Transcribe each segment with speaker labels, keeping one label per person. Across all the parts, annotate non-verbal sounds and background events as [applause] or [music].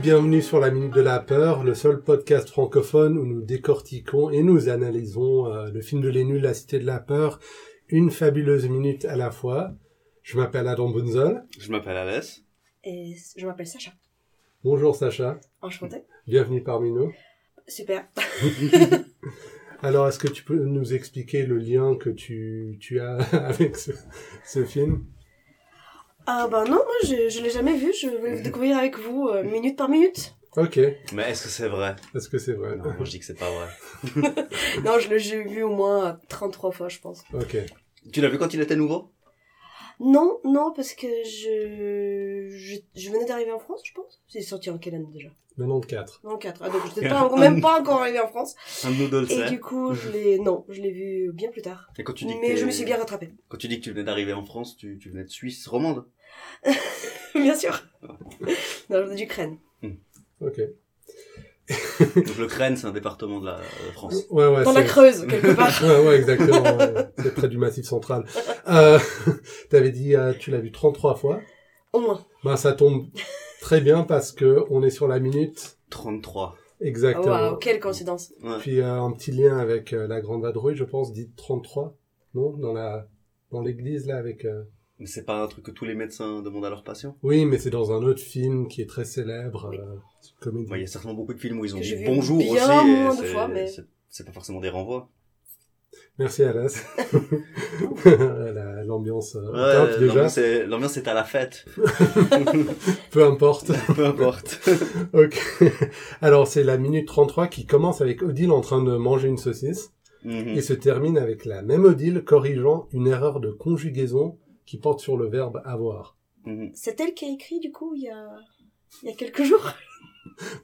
Speaker 1: bienvenue sur la Minute de la Peur, le seul podcast francophone où nous décortiquons et nous analysons euh, le film de Les Nuls, La Cité de la Peur, une fabuleuse minute à la fois. Je m'appelle Adam Bunzel.
Speaker 2: Je m'appelle Alès.
Speaker 3: Et je m'appelle Sacha.
Speaker 1: Bonjour Sacha,
Speaker 3: Enchantée.
Speaker 2: Mm.
Speaker 1: bienvenue parmi nous.
Speaker 3: Super.
Speaker 1: Alors, est-ce que tu peux nous expliquer le lien que tu, tu as [laughs] avec ce, ce film
Speaker 3: Ah ben non, moi je, je l'ai jamais vu, je
Speaker 2: Mm.
Speaker 3: vais le découvrir avec vous euh, minute par minute.
Speaker 1: Ok,
Speaker 2: Mais est-ce que c'est vrai
Speaker 1: est-ce que c'est vrai
Speaker 2: Non, moi je dis que c'est pas vrai.
Speaker 3: Non, je l'ai j'ai vu au moins euh, 33 fois, je pense.
Speaker 1: Ok,
Speaker 2: Tu l'as vu quand il était nouveau
Speaker 3: Non, non, parce que je, je, je venais d'arriver en France, je pense. C'est sorti en quelle année déjà
Speaker 1: 94.
Speaker 3: Non, 4. Ah donc
Speaker 2: [laughs]
Speaker 3: j'étais pas, encore- même pas encore arrivé en France.
Speaker 2: Un de nous deux le
Speaker 3: Et
Speaker 2: sait.
Speaker 3: du coup, je l'ai, non, je l'ai vu bien plus tard.
Speaker 2: Et quand Mm. tu dis que
Speaker 3: Mais
Speaker 2: t'es-
Speaker 3: je me suis bien rattrapée. [laughs]
Speaker 2: Quand tu dis que tu venais d'arriver en France, tu, tu venais de Suisse romande.
Speaker 3: bien sûr.
Speaker 2: Ah.
Speaker 3: Non, je venais d'Ukraine.
Speaker 1: Ok.
Speaker 2: Donc le Crène, c'est un département de la euh, France.
Speaker 1: Ouais, ouais,
Speaker 3: Dans la
Speaker 1: c'est-
Speaker 3: Creuse, quelque part.
Speaker 1: Ouais, ouais, exactement. ouais. c'est près du massif central. Euh, [laughs] T'avais dit, euh, tu l'as vu 33 fois.
Speaker 3: Au moins.
Speaker 1: Ben, ça tombe très bien parce que on est sur la minute
Speaker 2: 33.
Speaker 3: Ah,
Speaker 1: exactement.
Speaker 3: Waouh, quelle coïncidence.
Speaker 2: Ouais.
Speaker 1: Puis euh, un petit lien avec euh, la grande vadrouille, je pense, dite 33, non Dans la dans l'église là avec. euh,
Speaker 2: Mais c'est pas un truc que tous les médecins demandent à leurs patients.
Speaker 1: Oui, mais c'est dans un autre film qui est très célèbre.
Speaker 3: Oui.
Speaker 1: euh, c'est une comédie.
Speaker 2: Bon, Il y a certainement beaucoup de films où ils ont
Speaker 3: Que
Speaker 2: dit
Speaker 3: j'ai vu
Speaker 2: bonjour
Speaker 3: bien
Speaker 2: aussi.
Speaker 3: moins
Speaker 2: et
Speaker 3: de
Speaker 2: c'est-
Speaker 3: fois, mais-
Speaker 2: c'est- C'est pas forcément des renvois.
Speaker 1: Merci Alas. [laughs]
Speaker 3: [laughs]
Speaker 1: La- L'ambiance euh, top,
Speaker 2: Ouais,
Speaker 1: déjà.
Speaker 2: l'ambiance est- l'ambiance est à la [laughs] fête.
Speaker 1: Peu importe.
Speaker 2: Peu importe.
Speaker 1: ok. [laughs] Alors c'est la minute 33 qui commence avec Odile en train de manger une saucisse.
Speaker 2: [laughs] Mhm.
Speaker 1: et se termine avec la même Odile corrigeant une erreur de conjugaison qui porte sur le verbe avoir.
Speaker 2: Mhm.
Speaker 3: C'est elle qui a écrit, du coup, il y a, il y a
Speaker 1: [laughs]
Speaker 3: quelques jours.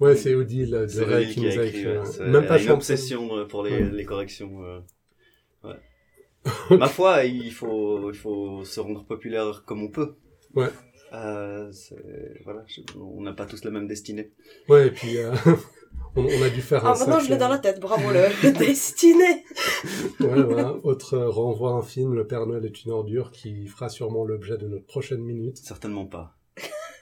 Speaker 1: Ouais,
Speaker 2: Oui.
Speaker 1: c'est Odile euh,
Speaker 2: C'est
Speaker 1: Direct
Speaker 2: Aurélie
Speaker 1: qui
Speaker 2: qui
Speaker 1: nous
Speaker 2: a écrit, ouais, c'est-
Speaker 1: euh, même
Speaker 2: elle
Speaker 1: pas
Speaker 2: a une
Speaker 1: chanté.
Speaker 2: obsession euh, pour les,
Speaker 1: Ouais.
Speaker 2: les corrections. euh, ouais. Ma foi, il faut, il faut se rendre populaire comme on peut.
Speaker 1: Ouais.
Speaker 2: Euh, c'est- voilà, je- on n'a pas tous la même destinée.
Speaker 1: Ouais, et puis euh, [laughs] on, on a dû faire un.
Speaker 3: Ah, maintenant
Speaker 1: sac,
Speaker 3: je l'ai dans
Speaker 1: euh,
Speaker 3: la tête,
Speaker 1: [laughs]
Speaker 3: bravo le [laughs] destiné.
Speaker 1: ouais, voilà. Autre euh, renvoi à un film, Le Père Noël est une ordure, qui fera sûrement l'objet de notre prochaine minute.
Speaker 2: Certainement pas.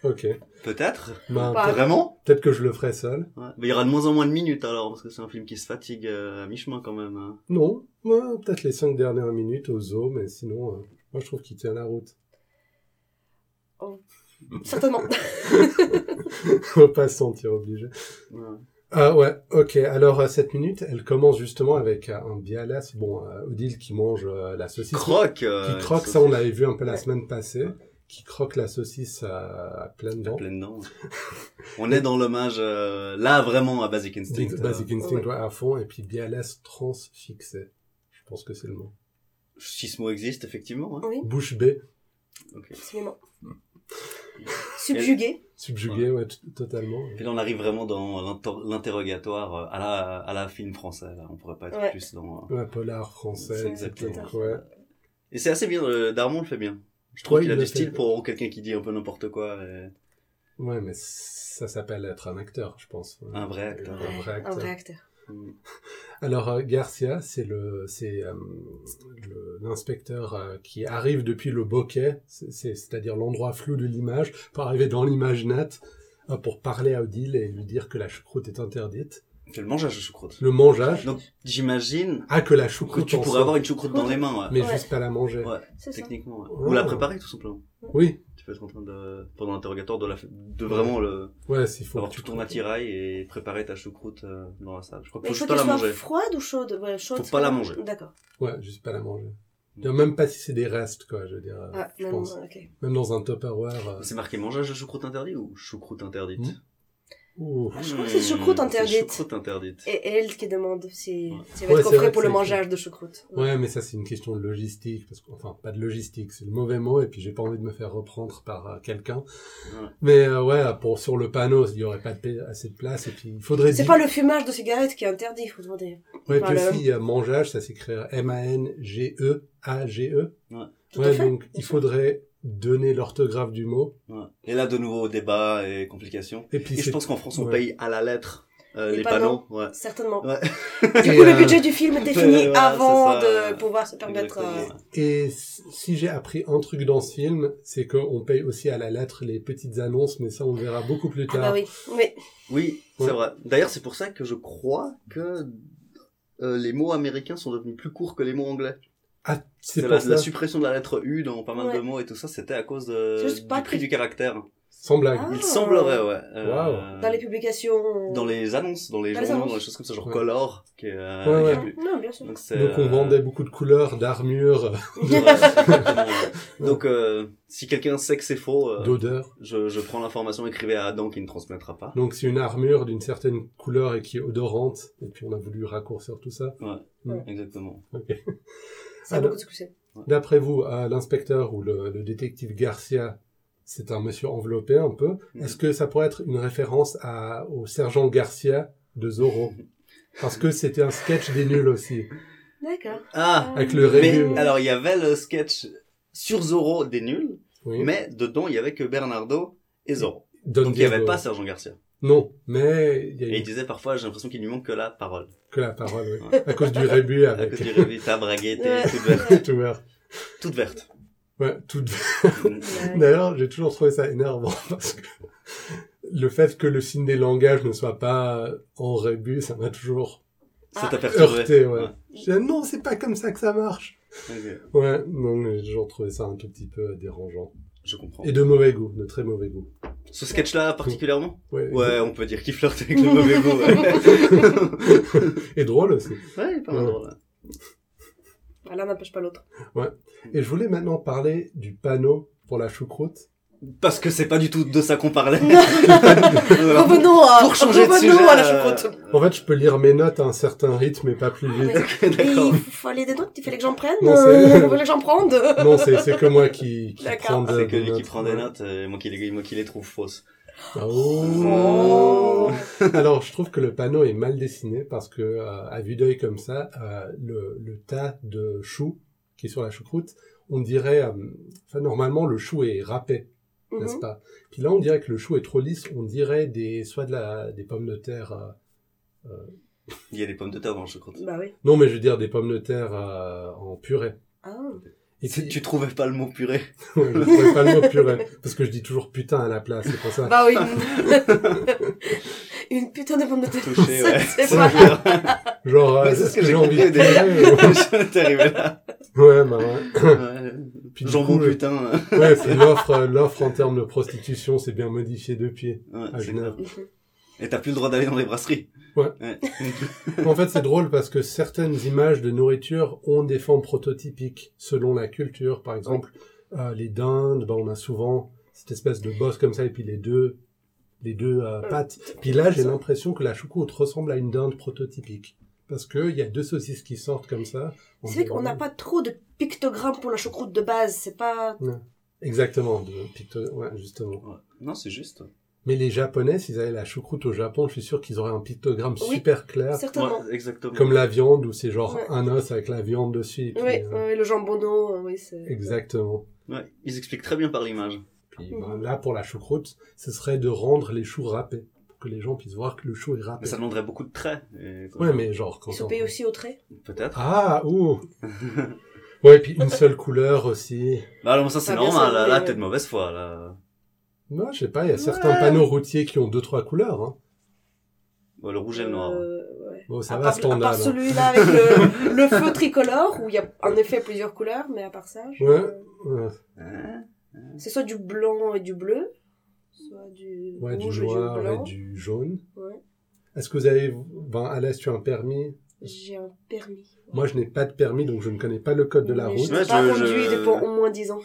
Speaker 1: Ok.
Speaker 2: Peut-être
Speaker 1: Ben,
Speaker 3: Pas.
Speaker 1: peut-
Speaker 2: Vraiment
Speaker 1: Peut-être que je le ferai seul.
Speaker 2: Ouais. Mais il y aura de moins en moins de minutes alors, parce que c'est un film qui se fatigue euh, à mi-chemin quand même. hein.
Speaker 1: Non. Ouais, peut-être les cinq dernières minutes au zoo, mais sinon, euh, moi je trouve qu'il tient la route.
Speaker 3: Certainement.
Speaker 1: Faut pas se sentir obligé.
Speaker 2: Ouais.
Speaker 1: Ah ouais, ok. Alors, euh, cette minute, elle commence justement avec euh, un bialas. Bon, euh, Odile qui mange euh, la saucisse.
Speaker 2: Croque euh,
Speaker 1: qui croque,
Speaker 2: une
Speaker 1: ça on
Speaker 2: saucisse
Speaker 1: l'avait vu un peu la
Speaker 3: Ouais.
Speaker 1: semaine passée. Qui croque la saucisse euh, à pleines dents. [laughs]
Speaker 2: pleine dent. on est dans l'hommage, euh, là vraiment, à Basic Instinct. euh.
Speaker 1: Big- Basic Instinct
Speaker 3: Ouais.
Speaker 1: ouais, à fond. Et puis bialas transfixé. Je pense que c'est le mot.
Speaker 2: Euh, Si ce mot existe, effectivement. hein.
Speaker 3: Oui,
Speaker 1: Bouche bée,
Speaker 2: Ok.
Speaker 3: absolument. Subjugué.
Speaker 1: subjuguée, ouais, t- totalement.
Speaker 2: Puis là, on arrive vraiment dans l'inter- l'interrogatoire euh, à la, à la film français. Là. On pourrait pas être
Speaker 3: Ouais.
Speaker 2: plus dans. euh.
Speaker 1: Ouais, polar français.
Speaker 2: C'est
Speaker 1: etc.
Speaker 2: exactement.
Speaker 1: Ouais.
Speaker 2: Et c'est assez bien. euh, Darmon le fait bien. Je trouve
Speaker 1: Ouais,
Speaker 2: qu'il
Speaker 1: il
Speaker 2: a
Speaker 1: le
Speaker 2: du
Speaker 1: fait.
Speaker 2: style pour quelqu'un qui dit un peu n'importe quoi. euh, et
Speaker 1: ouais, mais ça s'appelle être un acteur, je pense.
Speaker 2: Un vrai acteur.
Speaker 1: Un vrai
Speaker 3: Un
Speaker 1: acteur.
Speaker 3: vrai acteur.
Speaker 2: Mm.
Speaker 1: Alors euh, Garcia, c'est le c'est euh, le- l'inspecteur euh, qui arrive depuis le bokeh, c'est- c'est- c'est-à-dire l'endroit flou de l'image, pour arriver dans l'image nette euh, pour parler à Odile et lui dire que la choucroute est interdite.
Speaker 2: C'est le mangeage de choucroute.
Speaker 1: Le mangeage,
Speaker 2: Donc, j'imagine
Speaker 1: ah que la
Speaker 2: que
Speaker 1: choucroute
Speaker 2: tu
Speaker 1: en
Speaker 2: pourrais
Speaker 1: sort,
Speaker 2: avoir une choucroute dans les mains, ouais.
Speaker 1: mais
Speaker 3: Ouais.
Speaker 1: juste pas la manger.
Speaker 2: Ouais,
Speaker 3: C'est ça.
Speaker 2: techniquement. ouais.
Speaker 1: Ouais.
Speaker 2: Ou la préparer, tout simplement.
Speaker 1: Oui,
Speaker 2: Tu peux être en train de, pendant l'interrogatoire, de, la, de vraiment le,
Speaker 1: ouais, s'il faut.
Speaker 2: avoir
Speaker 1: que
Speaker 2: tout
Speaker 1: tu
Speaker 2: ton attirail et préparer ta choucroute euh, dans la salle. Je crois qu'il faut
Speaker 3: Mais il faut
Speaker 2: juste pas
Speaker 3: qu'elle
Speaker 2: la
Speaker 3: soit
Speaker 2: manger.
Speaker 3: froide ou chaude ouais, chaude,
Speaker 2: Faut
Speaker 3: c'est
Speaker 2: pas la
Speaker 3: bon.
Speaker 2: manger.
Speaker 3: D'accord.
Speaker 1: Ouais, juste pas la manger. Je veux dire, Même pas si c'est des restes, quoi. Je veux dire, euh,
Speaker 3: Ah,
Speaker 1: je
Speaker 3: non,
Speaker 1: pense.
Speaker 3: non, ok.
Speaker 1: Même dans un Tupperware. euh,
Speaker 2: C'est marqué mangeage de choucroute interdit ou choucroute interdite
Speaker 1: Mm. ouh.
Speaker 3: Ah, Je crois que c'est choucroute
Speaker 2: Hmm,
Speaker 3: interdite.
Speaker 2: Choucroute interdite.
Speaker 3: Et et elle qui demande
Speaker 2: Ouais.
Speaker 3: si si elle va
Speaker 1: Ouais,
Speaker 3: être
Speaker 1: c'est vrai
Speaker 3: coffrée
Speaker 1: que
Speaker 3: pour le
Speaker 1: c'est-
Speaker 3: mangeage de choucroute.
Speaker 1: Ouais, mais ça, c'est une question de logistique. Parce que, enfin, pas de logistique, c'est le mauvais mot, et puis j'ai pas envie de me faire reprendre par euh, quelqu'un.
Speaker 2: Ouais.
Speaker 1: Mais euh, ouais, pour, sur le panneau, il y aurait pas de pla- assez de place, et puis il faudrait
Speaker 3: C'est
Speaker 1: dire.
Speaker 3: pas le fumage de cigarette qui est interdit, il faut demander.
Speaker 1: Ouais, puis
Speaker 3: Voilà.
Speaker 1: aussi, euh, mangeage, ça s'écrit E M-A-N-G-E-A-G-E.
Speaker 3: Tout à
Speaker 1: Ouais,
Speaker 3: fait.
Speaker 1: donc il faudrait donner l'orthographe du mot.
Speaker 2: Ouais. Et là, de nouveau, débat et complications.
Speaker 1: Et puis
Speaker 2: Et je
Speaker 1: c'est.
Speaker 2: pense qu'en France, on
Speaker 1: ouais.
Speaker 2: paye à la lettre. Euh,
Speaker 3: Les
Speaker 2: les
Speaker 3: panneaux.
Speaker 2: panneaux, ouais.
Speaker 3: certainement.
Speaker 2: Ouais.
Speaker 3: Du coup,
Speaker 1: Et,
Speaker 3: le
Speaker 1: euh,
Speaker 3: budget du film
Speaker 2: [laughs]
Speaker 3: est défini
Speaker 2: voilà,
Speaker 3: avant
Speaker 2: c'est ça.
Speaker 3: de pouvoir se permettre.
Speaker 2: Exactement,
Speaker 3: euh,
Speaker 2: ouais.
Speaker 1: Et si j'ai appris un truc dans ce film, c'est qu'on paye aussi à la lettre les petites annonces, mais ça on le verra beaucoup plus
Speaker 3: Ah bah
Speaker 1: tard.
Speaker 3: oui, mais
Speaker 2: Oui,
Speaker 1: Ouais.
Speaker 2: c'est vrai. D'ailleurs, c'est pour ça que je crois que euh, les mots américains sont devenus plus courts que les mots anglais.
Speaker 1: Ah, c'est
Speaker 2: C'est la,
Speaker 1: pour
Speaker 2: la
Speaker 1: ça,
Speaker 2: suppression de la lettre U dans pas mal
Speaker 3: Ouais.
Speaker 2: de mots et tout ça, c'était à cause de,
Speaker 3: C'est juste pas
Speaker 2: du prix
Speaker 3: que-
Speaker 2: du caractère.
Speaker 1: sans blague.
Speaker 3: Ah.
Speaker 2: Il semblerait, ouais. Euh,
Speaker 3: dans les publications. euh,
Speaker 2: dans les annonces, dans les
Speaker 3: Dans les
Speaker 2: journaux,
Speaker 3: annonces.
Speaker 2: dans les choses comme ça, genre
Speaker 1: Ouais.
Speaker 2: Color. Qui, est, euh,
Speaker 1: Ouais, ouais.
Speaker 2: qui est plus-
Speaker 3: Non, bien sûr.
Speaker 2: Donc, c'est,
Speaker 1: Donc on
Speaker 2: euh,
Speaker 1: vendait beaucoup de couleurs, d'armures, euh,
Speaker 3: [laughs]
Speaker 2: ouais, exactement, ouais. Donc, euh, si quelqu'un sait que c'est faux, euh,
Speaker 1: d'odeurs.
Speaker 2: je, je prends l'information, écrivez à Adam qui ne transmettra pas.
Speaker 1: Donc c'est une armure d'une certaine couleur et qui est odorante. Et puis on a voulu raccourcir tout ça.
Speaker 2: Exactement.
Speaker 1: Ok.
Speaker 3: Ça a
Speaker 1: Ah,
Speaker 3: beaucoup de succès.
Speaker 1: D'après vous, euh, l'inspecteur ou le, le détective Garcia, c'est un monsieur enveloppé un peu.
Speaker 2: Mhm.
Speaker 1: Est-ce que ça pourrait être une référence à, au sergent Garcia de
Speaker 2: [laughs]
Speaker 1: Zorro Parce que c'était un sketch des nuls aussi.
Speaker 3: D'accord.
Speaker 2: Ah!
Speaker 1: Avec le régime.
Speaker 2: Mais, alors, il y avait le sketch sur Zorro des nuls,
Speaker 1: Oui.
Speaker 2: mais dedans, il y avait que Bernardo et Zorro.
Speaker 1: Don
Speaker 2: Donc, il n'y avait
Speaker 1: Diego.
Speaker 2: pas Sergent Garcia.
Speaker 1: Non, mais il y a
Speaker 2: Et il
Speaker 1: eu
Speaker 2: disait parfois, j'ai l'impression qu'il lui manque que la parole.
Speaker 1: que la parole, oui.
Speaker 2: [laughs] Ouais.
Speaker 1: à cause du rébut
Speaker 2: À [laughs]
Speaker 1: avec [laughs]
Speaker 2: cause du rébut, ta braguette,
Speaker 3: Ouais.
Speaker 2: toute verte.
Speaker 1: tout vert. [laughs]
Speaker 2: Toute verte.
Speaker 1: Ouais, tout
Speaker 2: Mm.
Speaker 1: D'ailleurs, j'ai toujours trouvé ça énervant [laughs] parce que le fait que le signe des langages ne soit pas en rébus, ça m'a toujours
Speaker 2: Ça
Speaker 3: Ah.
Speaker 2: t'a perturbé.
Speaker 1: heurté. Ouais.
Speaker 2: Ouais.
Speaker 1: Je dis, non, c'est pas comme ça que ça marche.
Speaker 2: Ok.
Speaker 1: Ouais, non, mais j'ai toujours trouvé ça un tout petit peu dérangeant
Speaker 2: Je comprends.
Speaker 1: et de mauvais goût, de très mauvais goût.
Speaker 2: Ce sketch-là particulièrement
Speaker 1: Ouais.
Speaker 2: Ouais, on peut dire qu'il flirte avec le
Speaker 3: [laughs]
Speaker 2: mauvais goût. Ouais,
Speaker 1: Et drôle aussi.
Speaker 2: ouais il est pas mal
Speaker 1: Ouais.
Speaker 2: drôle. hein.
Speaker 3: Bah, L'un n'empêche pas l'autre.
Speaker 1: Et je voulais maintenant parler du panneau pour la choucroute.
Speaker 2: Parce que c'est pas du tout de ça qu'on
Speaker 3: [laughs]
Speaker 2: parlait. [laughs] Alors,
Speaker 3: Revenons à,
Speaker 2: pour changer de
Speaker 3: revenons
Speaker 2: sujet.
Speaker 3: à la choucroute.
Speaker 2: euh,
Speaker 1: En fait, je peux lire mes notes à un certain rythme, mais pas plus
Speaker 3: Ah
Speaker 1: vite.
Speaker 2: ok,
Speaker 3: Et
Speaker 2: euh, [laughs] D'accord.
Speaker 3: il fallait des notes, il fallait que j'en prenne.
Speaker 1: Non,
Speaker 3: Non,
Speaker 1: c'est-
Speaker 3: il fallait que j'en
Speaker 1: [laughs]
Speaker 3: prenne.
Speaker 1: Non, c'est c'est que moi qui, qui
Speaker 3: D'accord.
Speaker 1: prends de-
Speaker 2: C'est que
Speaker 1: des
Speaker 2: lui qui
Speaker 1: notes.
Speaker 2: prend des notes, euh, moi qui les, moi qui les trouve fausses.
Speaker 1: Oh.
Speaker 3: [laughs] Oh.
Speaker 1: Alors, je trouve que le panneau est mal dessiné parce que euh, à vue d'œil comme ça, euh, le, le tas de choux qui est sur la choucroute, on dirait, euh, enfin normalement le chou est râpé, n'est-ce
Speaker 3: Mhm.
Speaker 1: pas Puis là, on dirait que le chou est trop lisse. On dirait des soit de la des pommes de terre. euh,
Speaker 2: Il y a des pommes de terre dans le choucroute.
Speaker 3: Bah oui.
Speaker 1: non, mais je veux dire des pommes de terre euh, en purée.
Speaker 3: Ah.
Speaker 1: Et
Speaker 2: Si
Speaker 1: puis,
Speaker 2: tu trouvais pas le mot
Speaker 3: [laughs]
Speaker 2: purée.
Speaker 1: [laughs] je trouvais pas le mot purée parce que je dis toujours putain à la place. C'est pour ça.
Speaker 3: Bah oui. [laughs] Une putain de pomme de terre.
Speaker 2: Touché, ouais.
Speaker 3: [laughs] C'est
Speaker 1: [laughs]
Speaker 2: C'est
Speaker 3: pas.
Speaker 1: Genre,
Speaker 2: Bah,
Speaker 1: euh,
Speaker 2: c'est ce que
Speaker 1: j'ai
Speaker 2: j'ai
Speaker 1: envie de
Speaker 2: compris au
Speaker 1: pleurer.
Speaker 2: T'es arrivé
Speaker 3: [laughs]
Speaker 2: là.
Speaker 1: [laughs] Ouais, bah ouais.
Speaker 2: Ouais.
Speaker 1: Puis du
Speaker 2: Jambon
Speaker 1: coup, euh,
Speaker 2: putain. euh.
Speaker 1: Ouais, c'est l'offre, euh, l'offre en termes de prostitution, c'est bien modifié depuis.
Speaker 2: Ouais,
Speaker 1: Ah,
Speaker 2: c'est
Speaker 1: génial.
Speaker 2: clair. Et t'as plus le droit d'aller dans les brasseries.
Speaker 1: Ouais.
Speaker 2: ouais.
Speaker 1: En fait, c'est drôle parce que certaines images de nourriture ont des formes prototypiques selon la culture. Par exemple, euh, les dindes, ben, on a souvent cette espèce de bosse comme ça et puis les deux, les deux euh, pattes. Puis là, j'ai l'impression que la choucroute ressemble à une dinde prototypique. Parce que il y a deux saucisses qui sortent comme ça.
Speaker 3: C'est vrai qu'on n'a pas trop de pictogrammes pour la choucroute de base. C'est pas.
Speaker 1: Exactement, de picto- ouais, justement.
Speaker 2: Ouais. Non, c'est juste.
Speaker 1: Mais les Japonais, s'ils avaient la choucroute au Japon, je suis sûr qu'ils auraient un pictogramme
Speaker 3: Oui.
Speaker 1: super clair.
Speaker 3: Certainement.
Speaker 2: Ouais, exactement.
Speaker 1: Comme la viande, où c'est genre
Speaker 3: Ouais.
Speaker 1: un os avec la viande dessus. et puis,
Speaker 3: Oui,
Speaker 1: euh,
Speaker 3: oui, le jambonneau, euh, oui, c'est.
Speaker 1: Exactement.
Speaker 2: Ouais, ils expliquent très bien par l'image.
Speaker 1: Puis
Speaker 3: Mhm.
Speaker 1: ben, là, pour la choucroute, ce serait de rendre les choux râpés, pour que les gens puissent voir que le chou est râpé.
Speaker 2: Mais ça demanderait beaucoup de traits. et-
Speaker 1: Ouais, mais genre quand
Speaker 3: Ils sont
Speaker 1: on-
Speaker 3: payés aussi au trait.
Speaker 2: Peut-être.
Speaker 1: Ah,
Speaker 2: [laughs]
Speaker 1: ouh Ouais, puis une seule couleur aussi.
Speaker 2: Bah alors ça c'est
Speaker 3: Ah, bien
Speaker 2: normal,
Speaker 3: sûr,
Speaker 2: là,
Speaker 3: oui,
Speaker 2: là
Speaker 3: oui.
Speaker 2: t'es de mauvaise foi, là.
Speaker 1: Moi, je sais pas, il y a certains panneaux routiers qui ont deux, trois couleurs. Hein.
Speaker 2: Bon, Bah, le rouge et le noir.
Speaker 3: Euh, ouais.
Speaker 1: Bon, ça
Speaker 3: à,
Speaker 1: va,
Speaker 3: part,
Speaker 1: ce
Speaker 3: à part
Speaker 1: standard. hein.
Speaker 3: celui-là avec
Speaker 1: [laughs]
Speaker 3: le, le feu tricolore, où il y a en effet plusieurs couleurs, mais à part ça, je-
Speaker 1: Ouais. Ouais.
Speaker 2: Hein
Speaker 3: c'est soit du blanc et du bleu, soit du
Speaker 1: Ouais, du
Speaker 3: rouge et du
Speaker 1: noir
Speaker 3: blanc.
Speaker 1: et du jaune.
Speaker 3: Ouais.
Speaker 1: Est-ce que vous avez... Ben, Alès, tu as un permis
Speaker 3: J'ai un permis.
Speaker 1: Moi, je n'ai pas de permis, donc je ne connais pas le code de la
Speaker 3: Mais
Speaker 1: route.
Speaker 3: Je n'ai
Speaker 2: Ouais,
Speaker 3: pas
Speaker 2: je-
Speaker 3: conduit
Speaker 2: je-
Speaker 3: depuis au moins 10 ans,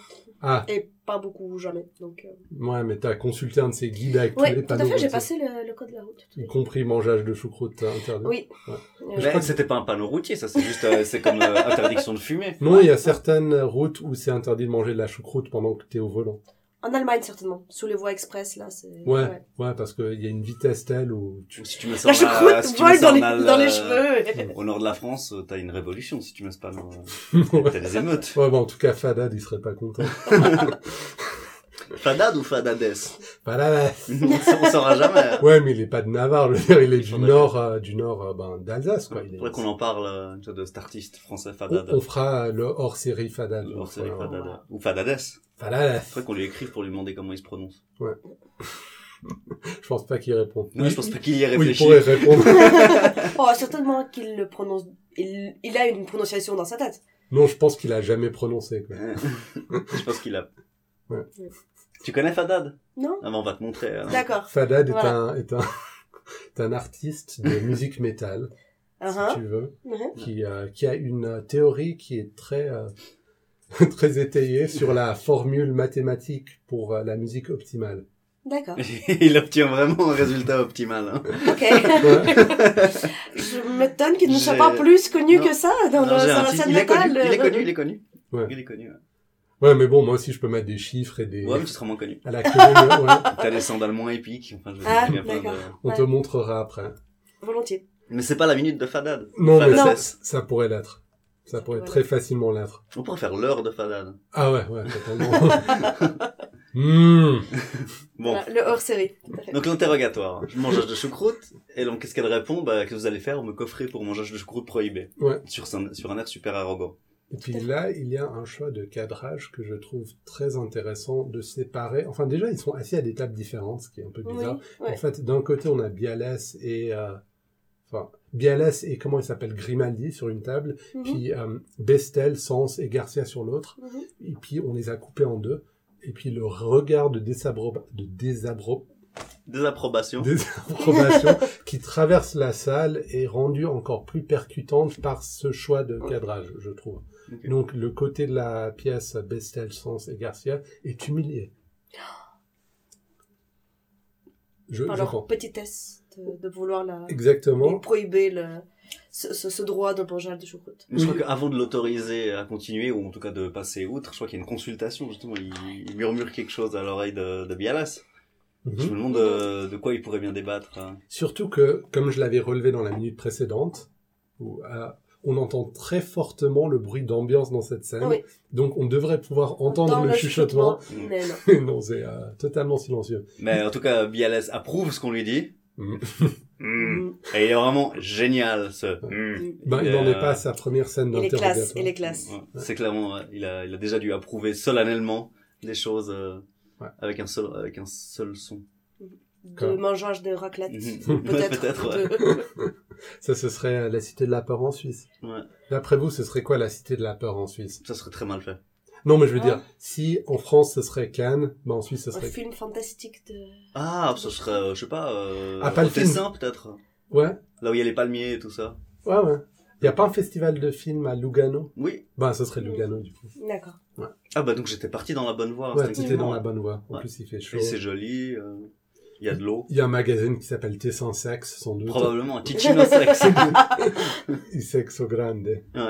Speaker 1: Ah,
Speaker 3: et pas beaucoup jamais. Donc, euh,
Speaker 1: ouais, mais t'as consulté un de ces guides avec tous les
Speaker 3: Ouais, tout
Speaker 1: panneaux
Speaker 3: à fait, j'ai
Speaker 1: routiers.
Speaker 3: passé le, le code de la route. tout à
Speaker 1: y
Speaker 3: fait.
Speaker 1: compris mangeage de choucroute euh, interdit.
Speaker 3: Oui.
Speaker 1: Ouais.
Speaker 3: Euh,
Speaker 2: Mais c'était pas un panneau routier, ça c'est juste, euh, c'est comme
Speaker 1: [laughs]
Speaker 2: euh, interdiction de fumer.
Speaker 1: Non, il y a certaines routes où c'est interdit de manger de la choucroute pendant que t'es au volant.
Speaker 3: En Allemagne, certainement. Sous les voies express, là, c'est.
Speaker 1: Ouais, ouais, parce qu'il y a une vitesse telle où tu... [laughs]
Speaker 2: Si tu mets ça en-
Speaker 3: La
Speaker 2: euh, si
Speaker 3: choucroute
Speaker 2: tu mets
Speaker 3: vole
Speaker 2: ça
Speaker 3: dans
Speaker 2: en
Speaker 3: les,
Speaker 2: al-
Speaker 3: dans les
Speaker 2: euh,
Speaker 3: cheveux.
Speaker 2: Au nord de la France, euh, t'as une révolution si tu mets ce panneau. euh,
Speaker 1: [laughs] ouais,
Speaker 2: T'as des émeutes. [laughs]
Speaker 1: bah, en tout cas, Fadad, il serait pas content.
Speaker 2: Fadad ou Fadades
Speaker 1: Pas là, là.
Speaker 2: [laughs] On s- on saura jamais. hein.
Speaker 1: [laughs] Ouais, mais il est pas de Navarre, je veux dire, il est du
Speaker 2: J'en ai-
Speaker 1: nord, euh, du nord, euh, ben, d'Alsace, quoi. Il est-
Speaker 2: Faudrait qu'on en parle euh, tu vois, de cet artiste français
Speaker 1: on,
Speaker 2: Fadad.
Speaker 1: on fera le hors-série Fadad. oh,
Speaker 2: Ou Marcel
Speaker 1: Voilà.
Speaker 2: Fadad. Ou Fadades.
Speaker 1: Fadad.
Speaker 2: Faudrait qu'on lui écrive pour lui demander comment il se prononce.
Speaker 1: Je pense pas qu'il répond.
Speaker 2: Non, je pense pas qu'il y ait
Speaker 1: Oui, il
Speaker 2: réfléchi.
Speaker 1: pourrait répondre. [laughs]
Speaker 3: [laughs] Oh, certainement qu'il le prononce. Il, il a une prononciation dans sa tête.
Speaker 1: non, je pense qu'il a jamais prononcé, quoi. [laughs]
Speaker 2: je pense qu'il a.
Speaker 1: Ouais.
Speaker 2: Tu connais Fadad
Speaker 3: Non
Speaker 2: Ah, ben, on va te montrer. alors.
Speaker 3: D'accord.
Speaker 1: Fadad est
Speaker 3: Voilà.
Speaker 1: un, [laughs] est un, est un artiste de musique métal, si
Speaker 3: Uh-huh.
Speaker 1: tu veux,
Speaker 3: Mhm.
Speaker 1: qui, euh, qui a une euh, théorie qui est très, euh, [laughs] très étayée sur la formule mathématique pour euh, la musique optimale.
Speaker 3: D'accord.
Speaker 2: [laughs] il obtient vraiment un résultat optimal. hein.
Speaker 3: Ok. [laughs]
Speaker 1: Ouais.
Speaker 3: Je m'étonne qu'il ne soit
Speaker 2: J'ai-
Speaker 3: pas plus connu
Speaker 2: Non.
Speaker 3: que ça dans,
Speaker 2: Non,
Speaker 3: le,
Speaker 2: j'ai
Speaker 3: dans
Speaker 2: un
Speaker 3: la
Speaker 2: petit-
Speaker 3: scène euh,
Speaker 2: il, est connu,
Speaker 3: métal.
Speaker 2: il est connu, il est connu.
Speaker 1: Ouais.
Speaker 2: Il est connu. Ouais,
Speaker 1: Ouais, mais bon, moi aussi, je peux mettre des chiffres et des...
Speaker 2: Ouais, mais tu seras moins connu.
Speaker 1: à la querelle, ouais.
Speaker 2: T'as des sandales moins épiques. Enfin, je veux
Speaker 3: Ah,
Speaker 2: dire, il y a plein de-
Speaker 3: d'accord.
Speaker 1: On te montrera après.
Speaker 3: Volontiers.
Speaker 2: Mais c'est pas la minute de Fadad.
Speaker 1: Non, mais
Speaker 2: Fadad
Speaker 1: ça,
Speaker 3: Non.
Speaker 2: S.
Speaker 1: ça pourrait l'être. Ça
Speaker 3: Ça
Speaker 1: pourrait
Speaker 3: pourrait
Speaker 1: très facilement l'être.
Speaker 2: On pourrait faire l'heure de Fadad.
Speaker 1: Ah ouais, ouais, totalement.
Speaker 2: [laughs]
Speaker 1: Hmm.
Speaker 2: Bon.
Speaker 3: Voilà, le hors série. Tout à fait.
Speaker 2: Donc l'interrogatoire, je mangeage de choucroute, et donc qu'est-ce qu'elle répond Bah que vous allez faire, me coffrer pour mangeage de choucroute prohibé.
Speaker 1: Ouais.
Speaker 2: Sur, son- sur un air super arrogant.
Speaker 1: Et puis là, il y a un choix de cadrage que je trouve très intéressant de séparer. Enfin, déjà, ils sont assis à des tables différentes, ce qui est un peu
Speaker 3: Oui,
Speaker 1: bizarre. En
Speaker 3: ouais.
Speaker 1: fait, d'un côté, on a Bialès et... euh, Enfin, Bialès et comment il s'appelle Grimaldi sur une table,
Speaker 3: Mhm.
Speaker 1: puis euh, Bestel, Sens et Garcia sur l'autre.
Speaker 3: Mhm.
Speaker 1: et puis on les a coupés en deux. Et puis le regard de, désabro... de désabro...
Speaker 2: Désapprobation.
Speaker 1: désapprobation qui traverse la salle est rendue encore plus percutante par ce choix de cadrage, je trouve.
Speaker 2: Ok.
Speaker 1: Donc le côté de la pièce Bestel, Sens et Garcia est
Speaker 3: [gasps]
Speaker 1: humilié. Je, je
Speaker 3: Par leur
Speaker 1: pense.
Speaker 3: petitesse de, de vouloir la...
Speaker 1: Exactement.
Speaker 3: et prohiber le, ce, ce, ce droit de manger de choucroute.
Speaker 2: Mais je
Speaker 1: Oui.
Speaker 2: crois qu'avant de l'autoriser à continuer, ou en tout cas de passer outre, je crois qu'il y a une consultation, justement, il, il murmure quelque chose à l'oreille de, de Bialas. Je
Speaker 1: Mhm.
Speaker 2: me demande euh, de quoi il pourrait bien débattre. hein.
Speaker 1: Surtout que, comme je l'avais relevé dans la minute précédente, où, euh, on entend très fortement le bruit d'ambiance dans cette scène.
Speaker 3: Oui.
Speaker 1: Donc on devrait pouvoir entendre
Speaker 3: Dans
Speaker 1: le chuchotement.
Speaker 2: chuchotement.
Speaker 3: Mais non.
Speaker 1: [laughs] non, c'est euh, totalement silencieux.
Speaker 2: Mais en tout cas, Bialas approuve ce qu'on lui dit.
Speaker 1: Mhm.
Speaker 3: Mm.
Speaker 2: Mhm. Et il est vraiment génial, ce... mhm.
Speaker 3: Mhm.
Speaker 1: Ben,
Speaker 2: Il
Speaker 1: il n'en
Speaker 2: est,
Speaker 1: est pas à sa première scène
Speaker 3: Il est
Speaker 2: Mm.
Speaker 3: classe, il
Speaker 1: d'interrogatoire.
Speaker 3: est classe.
Speaker 2: Ouais, C'est clairement, ouais, il a, il a déjà dû approuver solennellement des choses euh,
Speaker 1: Ouais.
Speaker 2: avec, un seul, avec un seul son.
Speaker 3: De
Speaker 1: Comme-
Speaker 3: mangeage de raclette.
Speaker 1: [laughs]
Speaker 2: Mhm.
Speaker 3: Peut-être.
Speaker 2: Peut-être, ouais.
Speaker 3: De-
Speaker 1: Ça, ce serait euh, la cité de la peur en Suisse.
Speaker 2: Ouais.
Speaker 1: D'après vous, ce serait quoi la cité de la peur en Suisse
Speaker 2: Ça serait très mal fait.
Speaker 1: Non, mais je veux
Speaker 3: Ah.
Speaker 1: dire, si en France ce serait Cannes, ben en Suisse ce
Speaker 3: Un
Speaker 1: serait.
Speaker 3: film fantastique de...
Speaker 2: Ah, ça serait, euh, je sais pas, euh,
Speaker 1: Ah, pas le
Speaker 2: au
Speaker 1: film.
Speaker 2: Tessin, peut-être.
Speaker 1: Ouais,
Speaker 2: Là où il y a les palmiers et tout ça.
Speaker 1: ouais, ouais. Il n'y a pas un festival de films à Lugano
Speaker 2: Oui.
Speaker 1: Ben, ce serait Lugano du coup.
Speaker 3: D'accord.
Speaker 2: Ah bah donc j'étais parti dans la bonne voie.
Speaker 1: Ouais,
Speaker 2: instinctivement.
Speaker 1: t'étais dans la bonne voie. En
Speaker 2: Ouais.
Speaker 1: plus, il fait chaud.
Speaker 2: Et c'est joli, euh, il y a de l'eau.
Speaker 1: Il y a un magazine qui s'appelle T sans sexe, sans doute.
Speaker 2: Probablement
Speaker 3: [laughs]
Speaker 2: un Ticino sexe.
Speaker 1: Il sexo grande. Hmm.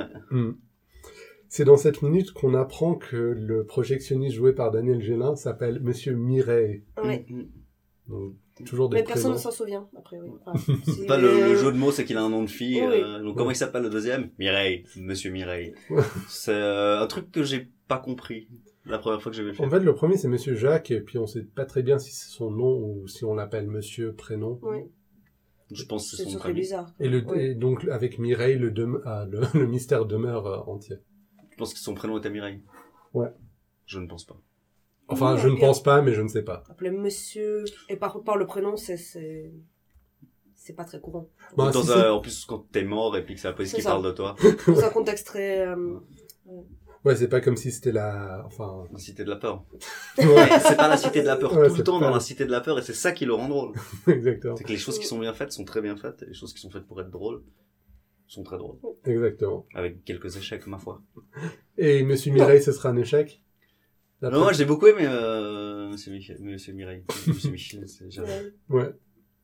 Speaker 2: ouais.
Speaker 1: C'est dans cette minute qu'on apprend que le projectionniste joué par Daniel Gélin s'appelle Monsieur Mireille.
Speaker 3: Ouais.
Speaker 2: Mhm.
Speaker 1: Donc, toujours Mm. des Mm.
Speaker 3: Mais personne
Speaker 1: prénoms.
Speaker 3: ne s'en souvient, après, oui. Enfin,
Speaker 1: [laughs]
Speaker 3: c'est- euh,
Speaker 2: Pas le, le jeu de mots, c'est qu'il a un nom de fille.
Speaker 3: Oui.
Speaker 2: euh, donc comment il s'appelle le deuxième Mireille, Monsieur Mireille.
Speaker 1: Ouais.
Speaker 2: c'est euh, un truc que j'ai pas compris la première fois que j'ai vu le film.
Speaker 1: En fait, le premier, c'est Monsieur Jacques, et puis on sait pas très bien si c'est son nom ou si on l'appelle Monsieur Prénom.
Speaker 3: Oui,
Speaker 2: Je pense que
Speaker 3: ce
Speaker 2: c'est son
Speaker 3: serait
Speaker 2: prénom.
Speaker 3: bizarre.
Speaker 1: Et, le,
Speaker 3: Oui.
Speaker 1: et donc, avec Mireille, le, dem- ah, le, [laughs] le mystère demeure euh, entier.
Speaker 2: Je pense que son prénom est Mireille.
Speaker 1: Ouais.
Speaker 2: Je ne pense pas.
Speaker 1: Enfin,
Speaker 3: Ouais,
Speaker 1: je ne
Speaker 3: et-
Speaker 1: pense pas, mais je ne sais pas.
Speaker 3: Appeler monsieur... Et par, par le prénom, c'est... c'est- C'est pas très courant.
Speaker 1: Bah,
Speaker 2: dans
Speaker 1: si
Speaker 2: un-
Speaker 1: c'est-
Speaker 2: En plus, quand t'es mort et puis que c'est la police
Speaker 3: C'est
Speaker 2: qui
Speaker 3: ça.
Speaker 2: parle de toi,
Speaker 3: Dans un contexte très...
Speaker 2: [laughs]
Speaker 3: euh,
Speaker 1: Ouais, c'est pas comme si c'était la... Enfin... [laughs]
Speaker 2: la cité de la peur.
Speaker 1: Ouais,
Speaker 2: Mais c'est pas la cité de la peur
Speaker 1: Ouais,
Speaker 2: tout
Speaker 1: c'est
Speaker 2: le temps
Speaker 1: pas-
Speaker 2: dans la cité de la peur et c'est ça qui le rend drôle.
Speaker 1: exactement.
Speaker 2: C'est que les choses qui sont bien faites sont très bien faites et les choses qui sont faites pour être drôles sont très drôles.
Speaker 1: Exactement.
Speaker 2: Avec quelques échecs, ma foi.
Speaker 1: Et Monsieur Mireille, ce sera un échec D'après-
Speaker 2: Non, moi, j'ai beaucoup aimé euh, Monsieur, Michel,
Speaker 1: [laughs]
Speaker 2: Monsieur Mireille. Monsieur Michel, c'est jamais-
Speaker 3: euh,
Speaker 1: Ouais.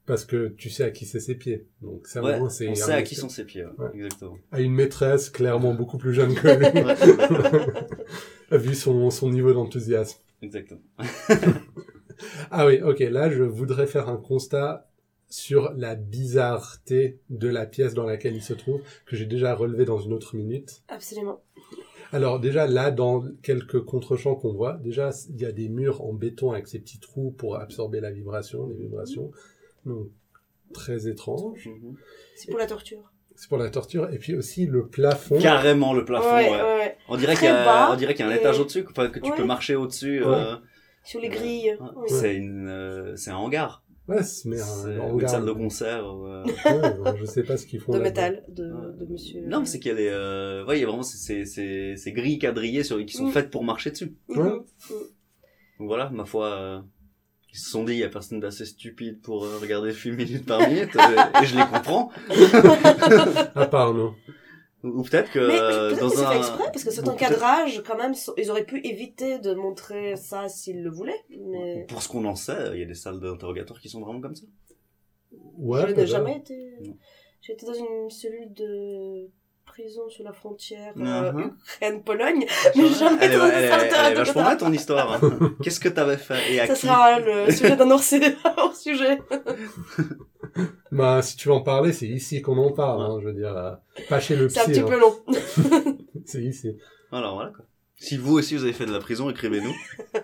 Speaker 1: Parce que tu sais à qui c'est ses pieds. Donc ça, au
Speaker 2: Ouais,
Speaker 1: moins, c'est
Speaker 2: on
Speaker 1: un
Speaker 2: sait à qui
Speaker 1: échec.
Speaker 2: sont ses pieds, ouais,
Speaker 1: Ouais.
Speaker 2: exactement.
Speaker 3: [laughs]
Speaker 1: À une maîtresse clairement beaucoup plus jeune que
Speaker 2: [laughs]
Speaker 1: lui,
Speaker 2: Ouais,
Speaker 1: vu son, son niveau d'enthousiasme.
Speaker 2: exactement.
Speaker 1: Ah oui, ok, là je voudrais faire un constat sur la bizarreté de la pièce dans laquelle il se trouve, que j'ai déjà relevé dans une autre minute.
Speaker 3: Absolument.
Speaker 1: Alors déjà là, dans quelques contrechamps qu'on voit, déjà il y a des murs en béton avec ces petits trous pour absorber la vibration, les vibrations. Donc très étrange.
Speaker 2: Mhm.
Speaker 3: C'est pour la torture.
Speaker 1: C'est pour la torture. Et puis aussi le plafond.
Speaker 2: Carrément le plafond, ouais.
Speaker 3: ouais, ouais.
Speaker 2: On dirait
Speaker 3: Très
Speaker 2: qu'il y a,
Speaker 3: bas
Speaker 2: on dirait qu'il y a un
Speaker 3: et-
Speaker 2: étage au-dessus, enfin, que tu
Speaker 3: Ouais.
Speaker 2: peux marcher au-dessus.
Speaker 1: Ouais.
Speaker 2: euh,
Speaker 3: Sur les grilles.
Speaker 2: ouais.
Speaker 3: Ouais.
Speaker 2: C'est une, euh, c'est un hangar.
Speaker 1: Ouais, c'est mais euh,
Speaker 2: C'est
Speaker 1: un
Speaker 2: une
Speaker 1: hangar.
Speaker 2: salle de concert. ou, euh,
Speaker 1: Ouais, hein, je sais pas ce qu'ils font.
Speaker 3: [laughs] De
Speaker 1: là-dedans.
Speaker 3: métal, de,
Speaker 2: Ouais.
Speaker 3: de monsieur.
Speaker 2: Non, mais c'est qu'elle est, euh... ouais, il y a vraiment ces- ces, ces, ces grilles quadrillées sur... qui sont
Speaker 3: Mm.
Speaker 2: faites pour marcher dessus.
Speaker 3: Mhm.
Speaker 1: Ouais.
Speaker 2: Donc Voilà, ma foi, euh, ils se sont dit, il y a personne d'assez stupide pour euh, regarder le film minute par
Speaker 3: [laughs]
Speaker 2: minute, euh, et je les comprends.
Speaker 1: À part nous.
Speaker 2: Ou, ou peut-être que
Speaker 3: Mais
Speaker 2: euh,
Speaker 3: peut-être que
Speaker 2: dans
Speaker 3: c'est
Speaker 2: un...
Speaker 3: fait exprès, parce que cet
Speaker 2: Ou peut-être-
Speaker 3: encadrage, quand même, so- ils auraient pu éviter de montrer ça s'ils le voulaient, mais
Speaker 2: Pour ce qu'on en sait, euh, il y a des salles d'interrogatoire qui sont vraiment comme ça.
Speaker 1: Ouais,
Speaker 3: je n'ai
Speaker 1: peut-être.
Speaker 3: jamais été...
Speaker 2: Non.
Speaker 3: J'étais dans une cellule de prison sur la frontière euh, [laughs]
Speaker 2: Mhm.
Speaker 3: Ukraine-Pologne, mais jamais
Speaker 2: elle, est-
Speaker 3: dans une
Speaker 2: elle est-
Speaker 3: salle
Speaker 2: elle est vachement
Speaker 3: d'interrogatoire.
Speaker 2: bien ton histoire.
Speaker 3: [laughs]
Speaker 2: hein. Qu'est-ce que t'avais fait et à
Speaker 3: Ça
Speaker 2: qui
Speaker 3: sera le sujet d'un hors-sujet. [laughs] hors-sujet.
Speaker 1: Bah, si tu veux en parler, c'est ici qu'on en parle. hein, je veux dire, euh, pas chez le
Speaker 3: C'est un
Speaker 1: psy.
Speaker 3: petit
Speaker 1: hein.
Speaker 3: peu long.
Speaker 1: C'est ici. [laughs]
Speaker 2: Alors voilà quoi. Si vous aussi vous avez fait de la prison,
Speaker 3: [laughs]
Speaker 2: écrivez-nous.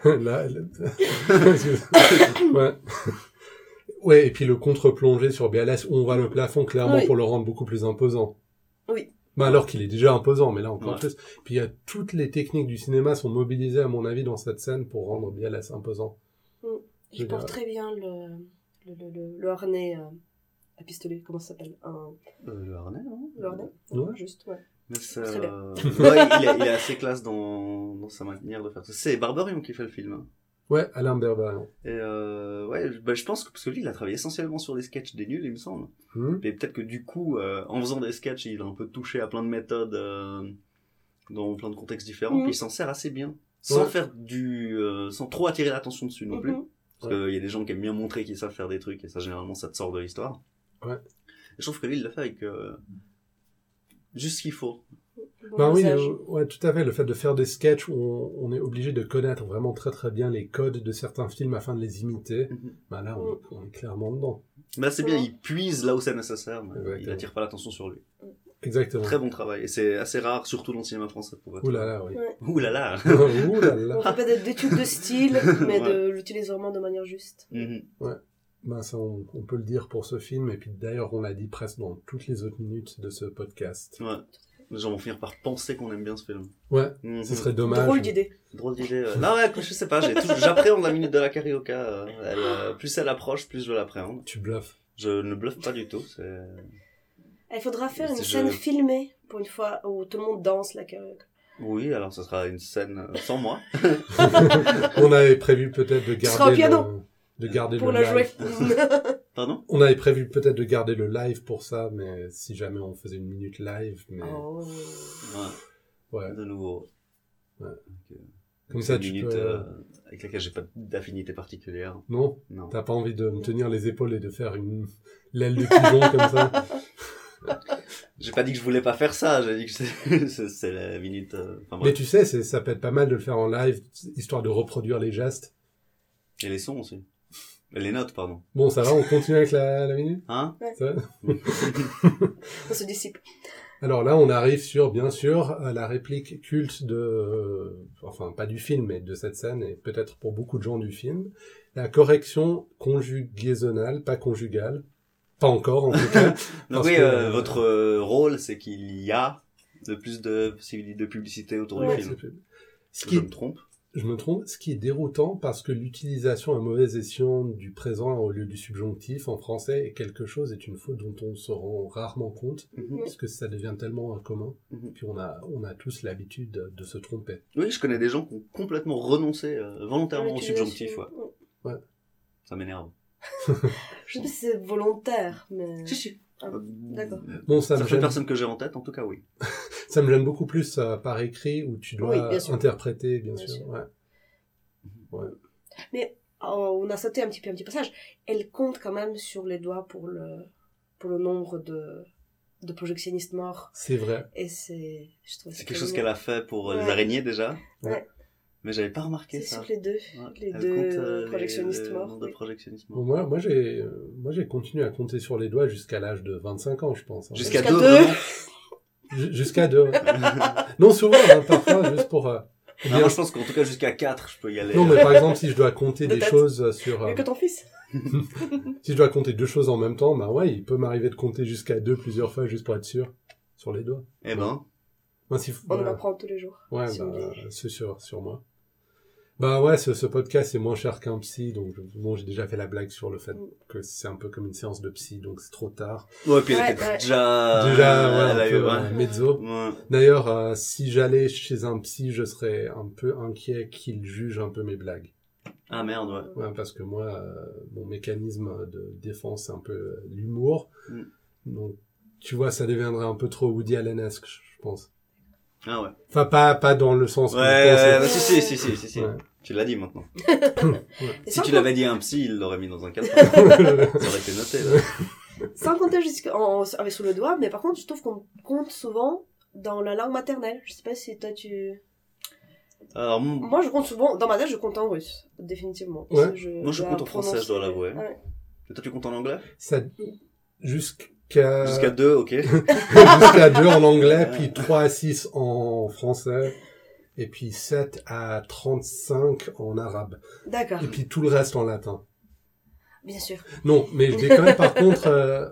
Speaker 2: Euh,
Speaker 1: Là, [laughs] là- ouais. Ouais, et puis le contre-plongé sur BLS, où on voit le plafond clairement
Speaker 3: Oui.
Speaker 1: pour le rendre beaucoup plus imposant.
Speaker 3: Oui.
Speaker 1: Bah alors qu'il est déjà imposant, mais là encore
Speaker 2: Ouais.
Speaker 1: plus. Puis il y a toutes les techniques du cinéma sont mobilisées, à mon avis, dans cette scène pour rendre BLS imposant.
Speaker 3: Il porte très bien le, le, le, le- le harnais euh, à pistolet, comment ça s'appelle Un-
Speaker 2: Euh, le harnais, non
Speaker 3: Le harnais
Speaker 1: Ouais.
Speaker 3: Juste, ouais.
Speaker 2: Mais c'est,
Speaker 3: Très bien.
Speaker 2: euh, ouais, il, est, il est
Speaker 3: [laughs]
Speaker 2: assez classe dans, dans sa manière de faire ça. C'est Barbarium qui fait le film. hein.
Speaker 1: Ouais, Alain Berbarian.
Speaker 2: Et euh, ouais, je- bah, je pense que parce que lui, il a travaillé essentiellement sur des sketchs des nuls, il me semble.
Speaker 1: Hmm
Speaker 2: Et peut-être que du coup, euh, en faisant des sketchs, il a un peu touché à plein de méthodes euh, dans plein de contextes différents.
Speaker 3: Mhm.
Speaker 2: Puis il s'en sert assez bien, sans
Speaker 1: Ouais.
Speaker 2: faire du, euh, sans trop attirer l'attention dessus non plus.
Speaker 3: Mhm.
Speaker 2: Parce qu'il y a des gens qui aiment bien montrer qu'ils savent faire des trucs, et ça, généralement, ça te sort de l'histoire.
Speaker 1: Ouais.
Speaker 2: Et je trouve que lui, il l'a fait avec euh, juste ce qu'il faut.
Speaker 3: Bon
Speaker 1: Bah oui,
Speaker 3: message.
Speaker 1: euh, ouais, tout à fait. Le fait de faire des sketchs où on, on est obligé de connaître vraiment très très bien les codes de certains films afin de les imiter,
Speaker 2: Mhm.
Speaker 1: bah là
Speaker 3: Hmm.
Speaker 1: on, on est clairement dedans.
Speaker 2: Mais là, c'est bien,
Speaker 3: Ouais.
Speaker 2: il puise là où c'est nécessaire, mais il
Speaker 1: Exactement.
Speaker 2: attire pas l'attention sur lui.
Speaker 1: Exactement.
Speaker 2: Très bon travail, et c'est assez rare, surtout dans le cinéma français, pour être.
Speaker 1: Ouh là là, oui.
Speaker 2: [laughs] Ouh
Speaker 1: [laughs]
Speaker 2: là là
Speaker 1: Ouh là là.
Speaker 3: On fait pas d'études
Speaker 2: [laughs]
Speaker 3: de style, mais de l'utiliser vraiment de manière juste.
Speaker 2: Mhm.
Speaker 1: Ben ça, on, on peut le dire pour ce film, et puis d'ailleurs, on l'a dit presque dans toutes les autres minutes de ce podcast.
Speaker 2: Ouais. Les gens vont finir par penser qu'on aime bien ce film.
Speaker 1: Ouais,
Speaker 2: Mhm.
Speaker 1: ce serait dommage.
Speaker 3: Hmm. Drôle d'idée.
Speaker 2: Drôle d'idée. euh. Non, ouais, je sais pas, j'ai toujours- j'appréhende la minute de la carioca. euh. Elle, euh, plus elle approche, plus je l'appréhende.
Speaker 1: Tu bluffes.
Speaker 2: Je ne bluffe pas du tout. c'est-
Speaker 3: Eh, Il faudra faire une
Speaker 2: C'est
Speaker 3: scène
Speaker 2: joli.
Speaker 3: filmée pour une fois où tout le monde danse la carioca.
Speaker 2: Oui, alors ce sera une scène euh, sans moi.
Speaker 1: on avait prévu peut-être de
Speaker 3: seras au
Speaker 1: garder le,
Speaker 3: piano.
Speaker 1: de garder
Speaker 3: Pour
Speaker 1: le
Speaker 3: la
Speaker 1: live.
Speaker 3: jouer.
Speaker 2: Pardon
Speaker 1: On avait prévu peut-être de garder le live pour ça, mais si jamais on faisait une minute live, mais
Speaker 3: [laughs] Oh.
Speaker 2: Ouais,
Speaker 1: ouais.
Speaker 2: de nouveau.
Speaker 1: Ouais.
Speaker 2: Donc, euh,
Speaker 1: Comme
Speaker 2: c'est
Speaker 1: ça,
Speaker 2: une
Speaker 1: tu
Speaker 2: minute
Speaker 1: peux.
Speaker 2: euh, avec laquelle j'ai pas d'affinité particulière.
Speaker 1: Non,
Speaker 2: Non.
Speaker 1: t'as pas envie de me tenir les épaules et de faire une l'aile de pigeon comme ça.
Speaker 2: J'ai pas dit que je voulais pas faire ça, j'ai dit que c'est- [laughs] c'est c'est la minute. euh, Enfin
Speaker 1: Mais
Speaker 2: bref.
Speaker 1: tu sais, c'est- ça peut être pas mal de le faire en live, histoire de reproduire les gestes.
Speaker 2: Et les sons aussi. Et Les notes, pardon.
Speaker 1: Bon, ça va, on continue avec la, la minute
Speaker 2: Hein
Speaker 1: Ça va
Speaker 3: On se dissipe.
Speaker 1: Alors là, on arrive sur, bien sûr, à la réplique culte de, euh, enfin pas du film, mais de cette scène, et peut-être pour beaucoup de gens du film, la correction conjugaisonale, pas conjugale, pas encore en tout cas.
Speaker 2: Donc
Speaker 1: Parce
Speaker 2: oui,
Speaker 1: que-
Speaker 2: euh, votre euh, rôle, c'est qu'il y a de plus de possibilités de publicité autour
Speaker 1: Ouais,
Speaker 2: du film.
Speaker 1: c'est- ce qui
Speaker 2: Je
Speaker 1: est
Speaker 2: me trompe.
Speaker 1: Je me trompe, ce qui est déroutant parce que l'utilisation à mauvais escient du présent au lieu du subjonctif en français est quelque chose, est une faute dont on se rend rarement compte
Speaker 2: Mhm.
Speaker 1: parce que ça devient tellement euh, commun.
Speaker 2: Mhm.
Speaker 1: Puis on a, on a tous l'habitude de se tromper.
Speaker 2: Oui, je connais des gens qui ont complètement renoncé euh, volontairement au
Speaker 3: L'utilisation.
Speaker 2: subjonctif. Ouais. Ça m'énerve.
Speaker 3: Je sais pas si c'est volontaire, mais.
Speaker 2: Si, si.
Speaker 3: Ah,
Speaker 2: Euh,
Speaker 3: d'accord.
Speaker 1: Bon, ça me,
Speaker 2: Certaines
Speaker 1: gêne,
Speaker 2: personnes que j'ai en tête, en tout cas, oui.
Speaker 1: ça me gêne beaucoup plus euh, par écrit où tu dois
Speaker 3: Oui, bien sûr.
Speaker 1: interpréter, bien,
Speaker 3: Bien
Speaker 1: sûr.
Speaker 3: sûr.
Speaker 1: ouais.
Speaker 3: Oh, on a sauté un petit peu un petit passage. Elle compte quand même sur les doigts pour le, pour le nombre de, de projectionnistes morts.
Speaker 1: C'est vrai.
Speaker 3: Et c'est. je trouve ça
Speaker 2: C'est quelque chose qu'elle a fait pour euh, les
Speaker 3: Ouais.
Speaker 2: araignées déjà.
Speaker 3: Ouais.
Speaker 2: Mais j'avais pas remarqué
Speaker 3: C'est
Speaker 2: ça.
Speaker 3: sur les deux.
Speaker 2: Ouais.
Speaker 3: les
Speaker 2: Elle
Speaker 3: deux
Speaker 2: compte, euh, les-
Speaker 3: projectionnistes
Speaker 2: le
Speaker 3: morts,
Speaker 2: nombre de
Speaker 3: oui.
Speaker 2: projectionnistes morts.
Speaker 1: Bon, moi, moi j'ai, euh, moi j'ai continué à compter sur les doigts jusqu'à l'âge de 25 ans, je pense. hein.
Speaker 2: Jusqu'à
Speaker 3: [laughs] Jusqu'à
Speaker 2: deux,
Speaker 3: deux.
Speaker 2: vraiment.
Speaker 1: J- Jusqu'à deux. ouais. Non, souvent, hein, parfois, juste pour... euh, ou
Speaker 2: Ah,
Speaker 1: bien-
Speaker 2: moi, je pense qu'en tout cas, jusqu'à 4, je peux y aller. euh.
Speaker 1: non, mais par exemple, si je dois compter des
Speaker 3: Peut-être.
Speaker 1: choses euh, sur... euh,
Speaker 3: Mieux que ton fils.
Speaker 1: Si je dois compter deux choses en même temps, bah ouais, il peut m'arriver de compter jusqu'à deux plusieurs fois juste pour être sûr sur les doigts.
Speaker 2: Eh ben,
Speaker 1: Moi, si,
Speaker 3: On en
Speaker 1: voilà.
Speaker 3: apprend tous les jours.
Speaker 1: Ouais,
Speaker 3: sur
Speaker 1: bah, c'est sûr, sur moi. Bah ouais, ce, ce podcast est moins cher qu'un psy, donc bon, j'ai déjà fait la blague sur le fait
Speaker 3: Mm.
Speaker 1: que c'est un peu comme une séance de psy, donc c'est trop tard.
Speaker 2: ouais, puis
Speaker 3: Ouais,
Speaker 2: elle était
Speaker 3: ouais.
Speaker 2: déjà.
Speaker 1: déjà, ouais,
Speaker 2: Ah, elle
Speaker 1: un
Speaker 2: a
Speaker 1: peu,
Speaker 2: eu,
Speaker 1: euh, mezzo.
Speaker 2: ouais. Ouais.
Speaker 1: D'ailleurs, euh, si j'allais chez un psy, je serais un peu inquiet qu'il juge un peu mes blagues.
Speaker 2: Ah merde, ouais.
Speaker 1: Ouais, parce que moi, euh, mon mécanisme de défense, c'est un peu euh, l'humour.
Speaker 2: Mm.
Speaker 1: Donc, tu vois, ça deviendrait un peu trop Woody Allen-esque, je pense.
Speaker 2: Ah ouais.
Speaker 1: Enfin, pas, pas dans le sens
Speaker 2: Ouais,
Speaker 1: qu'on pense.
Speaker 2: ouais, bah, si, si, si, si, si, si.
Speaker 1: Ouais.
Speaker 2: Tu l'as dit maintenant.
Speaker 3: Et
Speaker 2: Si
Speaker 3: sans
Speaker 2: tu
Speaker 3: com-
Speaker 2: l'avais dit à un psy, il l'aurait mis dans
Speaker 1: [laughs]
Speaker 2: un cadre. Ça aurait été noté, là.
Speaker 3: Sans compter jusque- en- en- avec sous le doigt, mais par contre, je trouve qu'on compte souvent dans la langue maternelle. Je sais pas si toi tu.
Speaker 2: Alors, mon-
Speaker 3: Moi, je compte souvent. Dans ma tête, je compte en russe, définitivement.
Speaker 1: Ouais.
Speaker 3: Ça,
Speaker 2: Moi, je
Speaker 3: dois
Speaker 2: compte en français,
Speaker 3: prononcer-
Speaker 2: je dois l'avouer.
Speaker 3: Ouais.
Speaker 2: toi, tu comptes en anglais
Speaker 1: Ça, jusqu'à,
Speaker 2: Jusqu'à
Speaker 1: [laughs]
Speaker 2: 2, ok.
Speaker 1: jusqu'à deux en
Speaker 2: [laughs]
Speaker 1: anglais, puis 3 à 6 en français, et puis 7 à 35 en arabe,
Speaker 3: D'accord,
Speaker 1: et puis tout le reste en latin.
Speaker 3: bien sûr.
Speaker 1: Non, mais je déconne. Par contre, euh,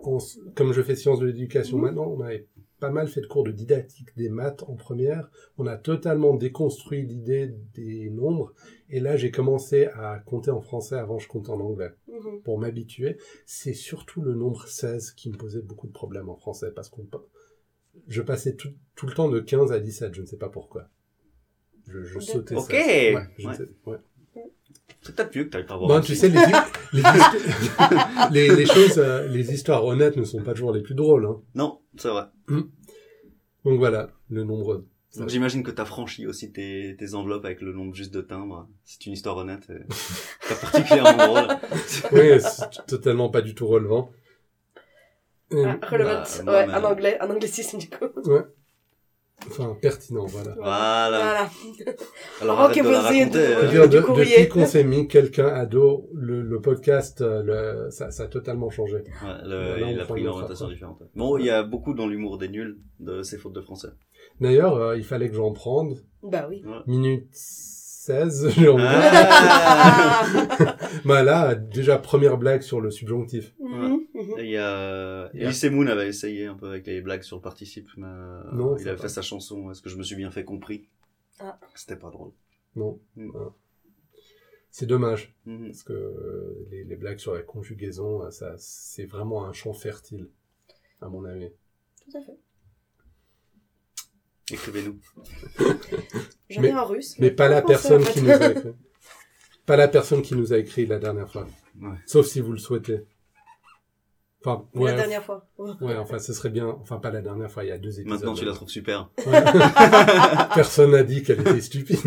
Speaker 1: on s- comme je fais sciences de l'éducation
Speaker 2: Mhm.
Speaker 1: maintenant, on avait pas mal fait de cours de didactique des maths en première. On a totalement déconstruit l'idée des nombres. Et là, j'ai commencé à compter en français avant je comptais en anglais
Speaker 3: Mhm.
Speaker 1: pour m'habituer. C'est surtout le nombre 16 qui me posait beaucoup de problèmes en français parce qu'on pa- je passais tout, tout le temps de 15 à 17, je ne sais pas pourquoi. Je, je sautais
Speaker 2: Ok.
Speaker 1: 16. Ouais, je ne
Speaker 2: Ouais.
Speaker 1: sais- ouais.
Speaker 2: C'est peut-être mieux que t'ailles pas voir.
Speaker 1: Bon,
Speaker 2: un
Speaker 1: tu
Speaker 2: psy.
Speaker 1: sais, les, les, les, les choses, euh, les histoires honnêtes ne sont pas toujours les plus drôles. Hein.
Speaker 2: Non, c'est vrai.
Speaker 1: Donc voilà, le nombre.
Speaker 2: Donc, j'imagine que t'as franchi aussi tes, tes enveloppes avec le nombre juste de timbres. C'est une histoire honnête. et
Speaker 1: [laughs]
Speaker 2: T'as particulièrement drôle.
Speaker 1: Oui, c'est totalement pas du tout relevant. Euh,
Speaker 3: Ah, relevant,
Speaker 2: Bah, moi,
Speaker 3: ouais,
Speaker 2: mais-
Speaker 3: en anglais, en anglicisme du coup.
Speaker 1: Enfin, pertinent, voilà.
Speaker 2: Voilà.
Speaker 3: Voilà.
Speaker 2: Alors,
Speaker 3: Oh,
Speaker 2: arrête
Speaker 3: que
Speaker 2: de la
Speaker 3: vous êtes-
Speaker 2: raconter.
Speaker 1: Je veux [laughs]
Speaker 2: euh.
Speaker 1: dire, de-
Speaker 3: Du courrier.
Speaker 1: depuis qu'on s'est mis quelqu'un à dos, le, le podcast, euh, le, ça, ça a totalement changé.
Speaker 2: Ouais,
Speaker 1: Voilà,
Speaker 2: le-
Speaker 1: on
Speaker 2: il a
Speaker 1: prend
Speaker 2: pris
Speaker 1: une
Speaker 2: une orientation
Speaker 1: fois.
Speaker 2: différente. Bon, il y a beaucoup dans l'humour des nuls de ces fautes de français.
Speaker 1: D'ailleurs, euh, il fallait que j'en prenne.
Speaker 3: Bah
Speaker 2: [laughs]
Speaker 3: oui.
Speaker 1: Minute 16, [laughs] j'ai envie de dire. [laughs]
Speaker 2: Ah
Speaker 1: Bah là, déjà, première blague sur le subjonctif.
Speaker 3: Mhm, mhm.
Speaker 2: Il y a...
Speaker 1: Il y a-
Speaker 2: Elise Moon euh, avait essayé un peu avec les blagues sur le participe, mais euh,
Speaker 1: Non,
Speaker 2: il
Speaker 1: c'est
Speaker 2: avait
Speaker 1: pas.
Speaker 2: fait sa chanson Est-ce que je me suis bien fait compris
Speaker 3: Ah.
Speaker 2: C'était pas drôle.
Speaker 1: Non.
Speaker 2: Mm.
Speaker 1: Voilà. C'est dommage.
Speaker 2: Mhm.
Speaker 1: Parce que euh, les, les blagues sur la conjugaison, euh, ça, c'est vraiment un champ fertile, à mon avis.
Speaker 3: Tout à fait.
Speaker 2: Écrivez-nous.
Speaker 3: J'en
Speaker 1: Mais-
Speaker 3: ai un russe.
Speaker 1: Mais pas la
Speaker 3: en français,
Speaker 1: personne
Speaker 3: en fait.
Speaker 1: qui nous a écrit. Pas la personne qui nous a écrit la dernière fois.
Speaker 2: Ouais.
Speaker 1: Sauf si vous le souhaitez. Enfin, ouais,
Speaker 3: [laughs] La dernière fois. Oh.
Speaker 1: ouais, enfin, ce serait bien. Enfin, pas la dernière fois, il y a deux épisodes.
Speaker 2: Maintenant, tu la trouves super.
Speaker 1: Ouais. [laughs] Personne n'a dit qu'elle était
Speaker 2: [laughs]
Speaker 1: stupide.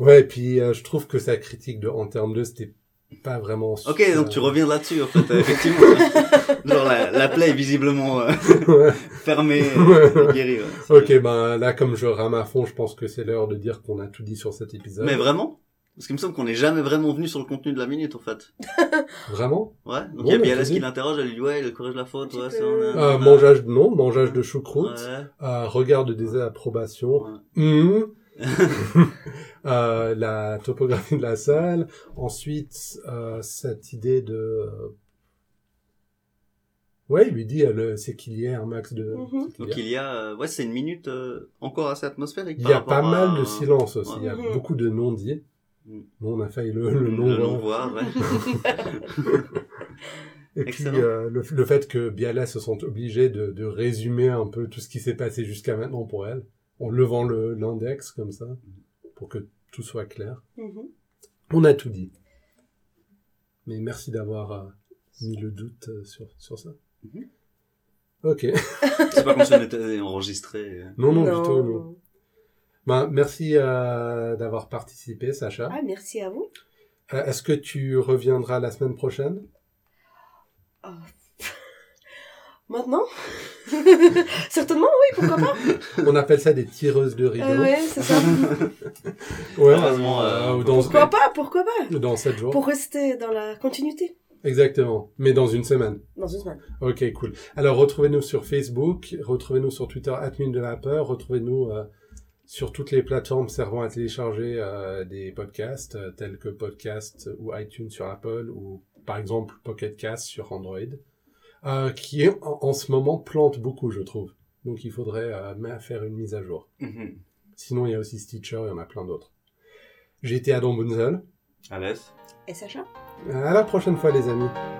Speaker 1: ouais, et puis euh, je trouve que sa critique de En termes de, c'était pas vraiment.
Speaker 2: Ok, donc tu reviens là-dessus, en fait, euh, effectivement. [laughs] Genre, la, la plaie est visiblement euh,
Speaker 1: [laughs] Ouais.
Speaker 2: fermée, euh, guérie. ouais. C'est
Speaker 1: [laughs] Ok,
Speaker 2: bien.
Speaker 1: ben là, comme je rame à fond, je pense que c'est l'heure de dire qu'on a tout dit sur cet épisode.
Speaker 2: Mais vraiment Parce qu'il me semble qu'on n'est jamais vraiment venu sur le contenu de la minute, en fait.
Speaker 1: Vraiment
Speaker 2: Ouais
Speaker 1: Non,
Speaker 2: Donc, il y a
Speaker 1: mais
Speaker 2: Bialès
Speaker 1: vas-y.
Speaker 2: qui l'interroge, elle lui dit, ouais, il corrige la faute,
Speaker 3: Tu
Speaker 2: ouais,
Speaker 3: peux-
Speaker 2: c'est... on a-
Speaker 1: euh, Mangeage, non, mangeage de choucroute,
Speaker 2: Ouais.
Speaker 1: euh, regard de désapprobation,
Speaker 2: Ouais. [laughs]
Speaker 1: hum, [laughs] euh, la topographie de la salle, ensuite euh, cette idée de... euh, Ouais, il lui dit, euh, le- c'est qu'il y ait un max de...
Speaker 3: Mhm.
Speaker 1: c'est qu'il y
Speaker 2: Donc
Speaker 1: a-
Speaker 2: il y a, euh, ouais, c'est une minute euh, encore assez atmosphérique.
Speaker 1: Il
Speaker 2: par
Speaker 1: y a
Speaker 2: rapport
Speaker 1: pas
Speaker 2: à-
Speaker 1: mal de silence aussi,
Speaker 2: Ouais.
Speaker 1: il y a
Speaker 3: Mhm.
Speaker 1: beaucoup de non-dits.
Speaker 2: Mhm.
Speaker 1: Nous, on a failli le, le hein.
Speaker 2: Le
Speaker 1: non
Speaker 2: non voir, ouais.
Speaker 1: Et puis
Speaker 2: Excellent.
Speaker 1: euh, le, le fait que Biala se sente obligée de, de résumer un peu tout ce qui s'est passé jusqu'à maintenant pour elle, en levant le- l'index comme ça, pour que tout soit clair.
Speaker 3: Mhm.
Speaker 1: On a tout dit. Mais merci d'avoir euh, mis le doute euh, sur, sur ça.
Speaker 2: Mhm.
Speaker 1: Ok. [laughs]
Speaker 2: c'est pas comme si on était enregistré. euh.
Speaker 1: Non, non, plutôt non. Ben, merci euh, d'avoir participé, Sacha.
Speaker 3: Ah, merci à vous.
Speaker 1: Euh, Est-ce que tu reviendras la semaine prochaine
Speaker 3: Ah. [laughs] Maintenant [laughs] Certainement, oui, pourquoi pas
Speaker 1: On appelle ça des tireuses de rideaux.
Speaker 3: Euh, Ouais,
Speaker 1: [laughs]
Speaker 3: c'est ça.
Speaker 1: Ouais,
Speaker 2: Heureusement,
Speaker 1: euh,
Speaker 2: euh,
Speaker 1: dans,
Speaker 3: Pourquoi pas Pourquoi pas
Speaker 1: dans 7 jours.
Speaker 3: Pour rester dans la continuité.
Speaker 1: Exactement. Mais dans une semaine.
Speaker 3: dans une semaine.
Speaker 1: Ok, cool. Alors, retrouvez-nous sur Facebook, retrouvez-nous sur Twitter, admin de la peur, retrouvez-nous euh, sur toutes les plateformes servant à télécharger euh, des podcasts, euh, tels que Podcast ou iTunes sur Apple, ou par exemple Pocket Cast sur Android, euh, qui en, en ce moment plante beaucoup, je trouve. Donc, il faudrait euh, ma- faire une mise à jour.
Speaker 2: Mhm.
Speaker 1: Sinon, il y a aussi Stitcher, il y en a plein d'autres. J'ai été Adam Bunzel.
Speaker 2: Alès
Speaker 3: Et Sacha
Speaker 1: À la prochaine fois, les amis.
Speaker 2: Ciao.